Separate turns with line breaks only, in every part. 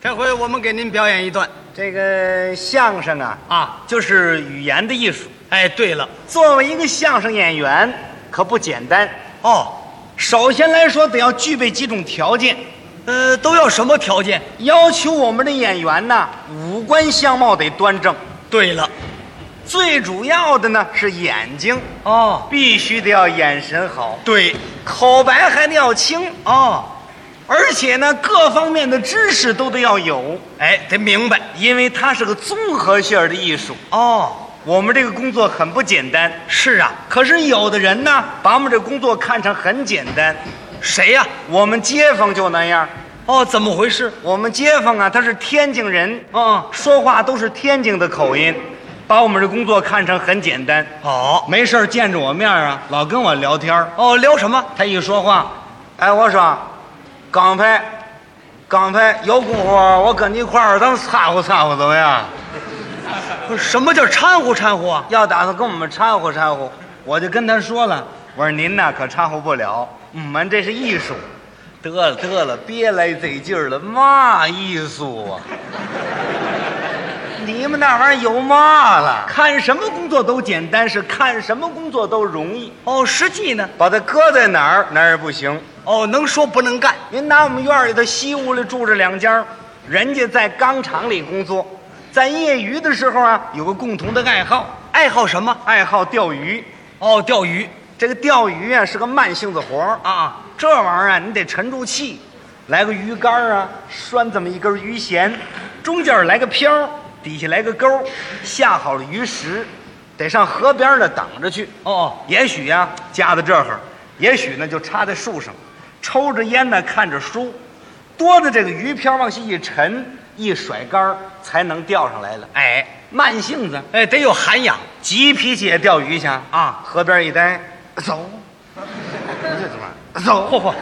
这回我们给您表演一段
这个相声啊，
啊。
就是语言的艺术。
哎，对了，
作为一个相声演员，可不简单。
哦，
首先来说，得要具备几种条件，
呃，都要什么条件？
要求我们的演员呢，五官相貌得端正。
对了，
最主要的呢是眼睛，
哦，
必须得要眼神好，
对，
口白还得要清，
哦，
而且呢，各方面的知识都得要有，
哎，得明白，
因为它是个综合性儿的艺术。
哦，
我们这个工作很不简单，
是啊，
可是有的人呢，把我们这工作看成很简单。
谁呀、
我们街坊就那样，
哦，怎么回事？
我们街坊啊，他是天津人，
啊、
说话都是天津的口音，把我们这工作看成很简单。
好，
没事儿见着我面儿啊，老跟我聊天儿
哦，聊什么？
他一说话，哎，我说，刚才，刚才有功夫，啊我跟你一块儿，咱们掺和掺和怎么样？
不是呃什么叫掺和掺和啊？
要打算跟我们掺和掺和，我就跟他说了，我说您呐可掺和不了，我们这是艺术。得了得了，别来这劲儿了，嘛艺术啊？ 你们那玩意儿有嘛了？看什么工作都简单，是看什么工作都容易。
哦，实际呢？
把它搁在哪儿哪儿也不行。
哦，能说不能干。
您拿我们院里头西屋里住着两家儿，人家在钢厂里工作，在业余的时候啊，有个共同的爱好，
爱好什么？
爱好钓鱼。
哦，钓鱼
这个钓鱼啊是个慢性子活儿，
啊。
这玩意儿啊你得沉住气，来个鱼竿儿啊，拴这么一根鱼弦，中间儿来个漂儿，底下来个钩儿，下好了鱼食，得上河边儿呢挡着去。
哦，
也许呀、夹在这儿，也许呢就插在树上，抽着烟呢看着书，多的这个鱼漂往下一沉，一甩竿儿才能钓上来了。
哎，
慢性子，
哎，得有涵养。
急脾气也钓鱼去
啊
河边一待，走，这怎么走？
嚯嚯，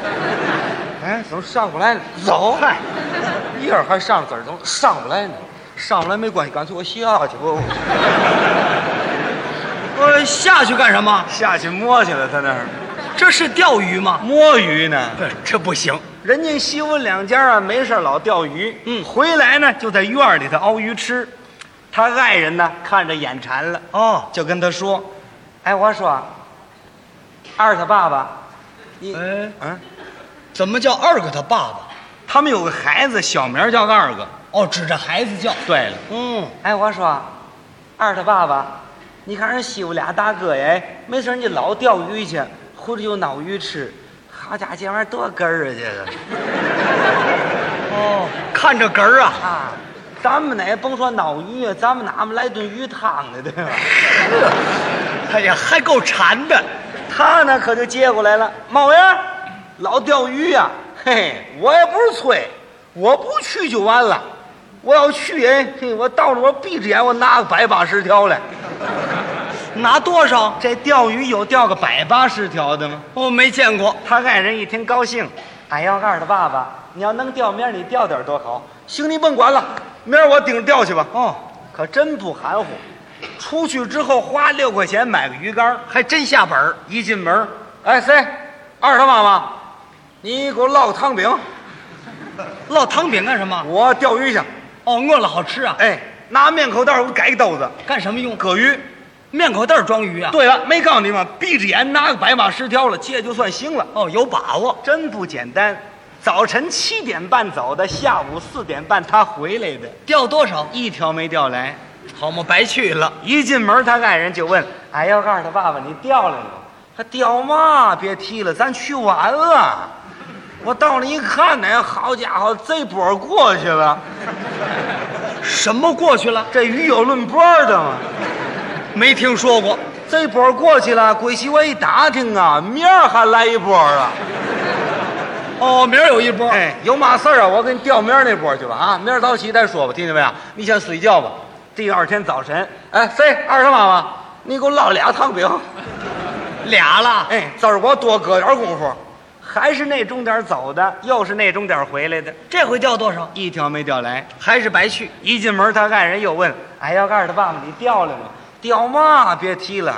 哎，怎么上不来呢？走，嗨，一会儿还上字儿，怎么上不来呢？上不来没关系，干脆我下去，我我
呃，下去干什么？
下去摸去了，他那儿
这是钓鱼吗？
摸鱼呢。
不，这不行。
人家西温两家啊，没事儿老钓鱼，
嗯
回来呢就在院儿里头熬鱼吃。他爱人呢看着眼馋了，
哦，
就跟他说：“哎，我说，二他爸爸，你
哎，
嗯，
怎么叫二哥他爸爸？
他们有个孩子，小名叫二哥。
哦，指着孩子叫。
对了，
嗯，
哎，我说，二他爸爸，你看人西屋俩大哥哎，没事儿你就老钓鱼去，回来有脑鱼吃。好家伙，这玩意儿多根儿啊，这个。”
哦，看着哏儿啊。
啊，咱们呢，甭说脑鱼啊，咱们哪们来顿鱼汤的，对吧？
哎呀，还够馋的。
他呢可就接过来了，猫爷，老钓鱼呀、嘿嘿，我也不是吹，我不去就完了，我要去哎，嘿，我到了我闭着眼我拿个百八十条来，
拿多少？
这钓鱼有钓个百八十条的吗？
我没见过。
他爱人一听高兴，俺要二的爸爸，你要能钓，明儿你钓点儿多好。行，你甭管了，明儿我顶着钓去吧。
哦，
可真不含糊。出去之后花六块钱买个鱼竿儿，
还真下本儿。
一进门儿，哎谁，二他妈妈，你给我烙个汤饼，
烙汤饼干什么？
我钓鱼去。
哦，饿了好吃啊。
哎，拿面口袋儿给我改一兜子，
干什么用？
搁鱼。
面口袋装鱼啊。。
对了，没告诉你吗？闭着眼拿个百马十条了，这就算行了。
哦，有把握。
真不简单。早晨七点半走的，下午四点半他回来的，
钓多少？
一条没钓来。
好嘛，白去了。
一进门，他爱人就问：“哎，要告诉他爸爸，你掉来了吗？”他掉嘛？别提了，咱去晚了。我到了一看呢，好家伙，这波过去了，
什么过去了？
这鱼有论波的吗？
没听说过。
这波过去了，鬼西我一打听啊，明儿还来一波啊！
哦，明儿有一波。
哎，有嘛事儿啊？我给你调明儿那波去吧啊！明儿早起再说吧，听见没有？你先睡觉吧。第二天早晨，哎，谁二他妈妈，你给我烙俩汤饼。
俩了。
哎，字儿我多搁点儿功夫，还是那钟点儿走的，又是那钟点儿回来的，
这回钓多少？
一条没钓来。
还是白去。
一进门，他爱人又问：“哎，要告诉他爸爸，你钓来吗？”钓嘛，别提了。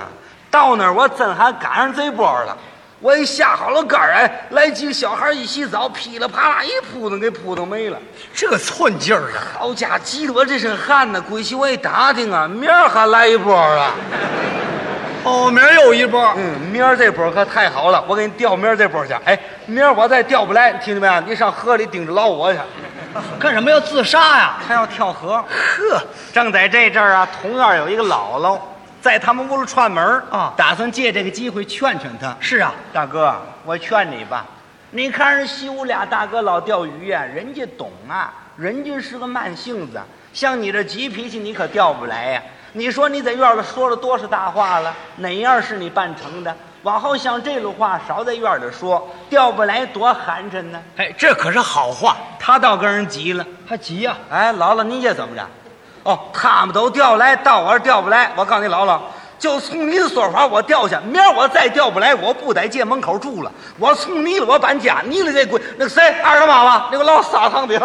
到那儿我真还赶上这波了。我一下好了杆儿，哎，来几个小孩一洗澡，噼里啪啦一扑腾给扑腾没了。
这寸劲儿啊！
好家伙，急得我这身汗呢！归去我一打听啊，明儿还来一波啊！
哦，明儿又一波，
嗯，明儿这波可太好了，我给你调明儿这波去。哎，明儿我再调不来，你听见没有？你上河里盯着捞我去。
干什么要自杀呀？
他要跳河，
呵，
正在这阵儿啊，同院有一个姥姥在他们屋里串门儿
啊
打算借这个机会劝劝他。
是啊，
大哥，我劝你吧，你看人西屋俩大哥老钓鱼呀、人家懂啊，人家是个慢性子，像你这急脾气，你可钓不来呀、你说你在院里说了多少大话了？哪样是你办成的？往后像这种话少在院里说，钓不来多寒碜呢。
哎，这可是好话，
他倒跟人急了，
还急呀、
哎，姥姥，你这怎么着？哦，他们都钓来，到我这儿钓不来。我告诉你，姥姥，就从你的所法我钓去，明儿我再钓不来，我不在街门口住了，我从你了，我搬家，你了这鬼那个谁，二他妈吧，那个老撒糖饼，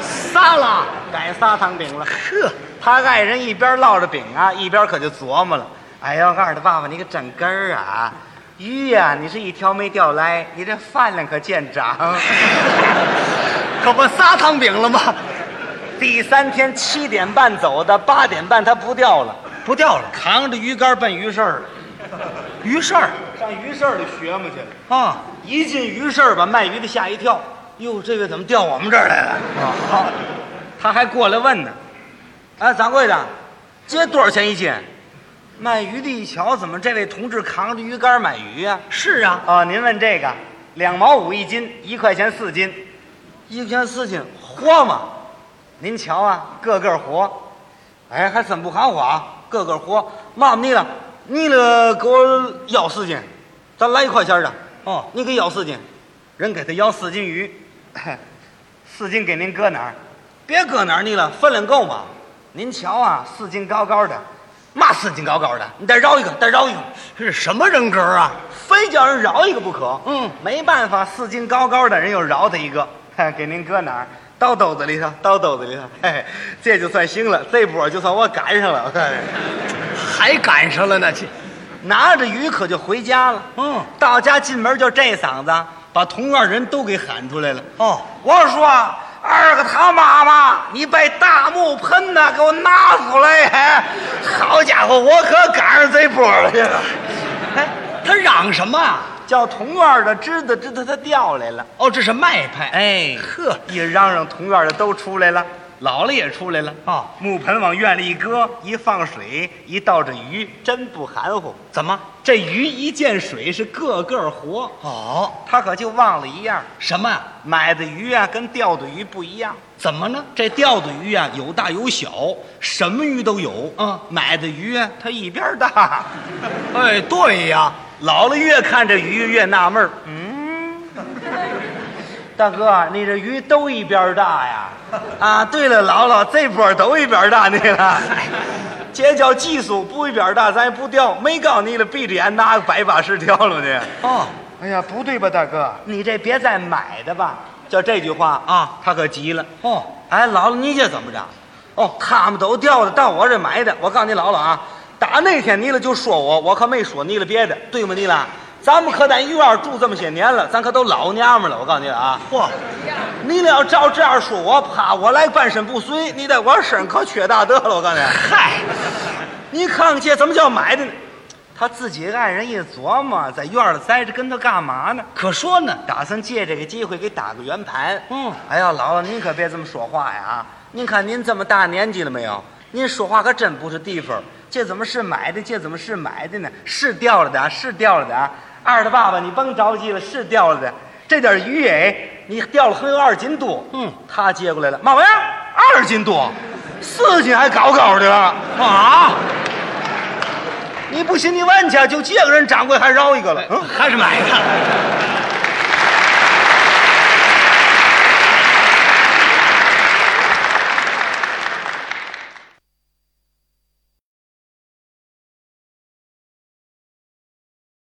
撒了，
改撒糖饼了。
呵，
他爱人一边烙着饼啊，一边可就琢磨了：“哎呦，二的爸爸，你可整根儿啊！鱼呀、你是一条没钓来，你这饭量可见长。
可不撒汤饼了吗？
第三天七点半走的，八点半他不钓了。”
不掉了，
扛着鱼竿奔鱼市儿了，
于事儿
上鱼市儿里学嘛去了。
啊，
一进鱼市儿吧，卖鱼的吓一跳，哟，这个怎么调我们这儿来啊了？
好，
他还过来问呢，哎，掌柜的，这多少钱一斤？卖鱼的一瞧，怎么这位同志扛着鱼竿买鱼呀、
是啊，
啊？您问这个，两毛五一斤，一块钱四斤，一块钱四斤，活吗？您瞧啊，个个活，哎，还怎么不喊我啊？个个活，骂不你了，你了给我要四斤，咱来一块钱的。
哦，
你给要四斤，人给他要四斤鱼， 四斤给您搁哪儿？别搁哪儿你了，分量够吗？您瞧啊，四斤高高的，嘛四斤高高的？你再饶一个，再饶一个，
这是什么人格啊？
非叫人饶一个不可。
嗯，
没办法，四斤高高的人又饶他一个， 给您搁哪儿？刀兜子里头，刀兜子里头，嘿嘿，这就算行了，这波就算我赶上了。我告诉你
还赶上了呢，这，
拿着鱼可就回家了。
嗯，
到家进门就这嗓子，把同院人都给喊出来了。
哦，
我说二个他妈妈，你被大木盆呐给我拿出来！哎好家伙，我可赶上这波 了。这个
哎，他嚷什么啊？
叫同院的知道知道他调来了，
哦，这是卖派，
哎
呵，
一嚷嚷，同院的都出来了。姥姥也出来了
哦
木盆往院里一搁，一放水，一倒着鱼，真不含糊。
怎么？
这鱼一见水是个个活，
哦，
他可就忘了一样，
什么呀？
买的鱼啊跟钓的鱼不一样。
怎么呢？
这钓的鱼啊，有大有小，什么鱼都有。
嗯
买的鱼啊，它一边儿大。
哎，对呀，
姥姥越看这鱼越纳闷儿。嗯， 大哥，啊你这鱼都一边儿大呀？啊，对了，姥姥，这波儿都一边儿大你了。这叫技术，不一边儿大，咱也不钓。没告诉你了，闭着眼拿个百把式钓了你。
哦，
哎呀，不对吧，大哥？你这别再买的吧。就这句话
啊，
他可急了。
哦，
哎，姥姥，你这怎么着？哦，他们都掉的，到我这埋的。我告诉你，姥姥啊，打那天你了就说我，我可没说你了别的，对吗？你了，咱们可在医院住这么些年了，咱可都老娘们了。我告诉你了啊，
嚯，
你了要照这样说我，怕我来半身不遂，你在我身上可缺大德了。我告诉你，啊
嗨，
你看看这怎么叫埋的呢？他自己爱人一琢磨，在院里栽着跟头干嘛呢？
可说呢，
打算借这个机会给打个圆盘。
嗯
哎呀，姥姥，您可别这么说话呀！啊，您看您这么大年纪了没有？您说话可真不是地方。这怎么是买的？这怎么是买的呢？是掉了的啊，是掉了的啊！二的爸爸，你甭着急了，是掉了的。这点鱼哎，你掉了很有二斤多。
嗯，
他接过来了，妈呀，二斤多，四斤还高高的了。
啊，哎
你不信你问去，就这个人掌柜还饶一个了。嗯
还是买的，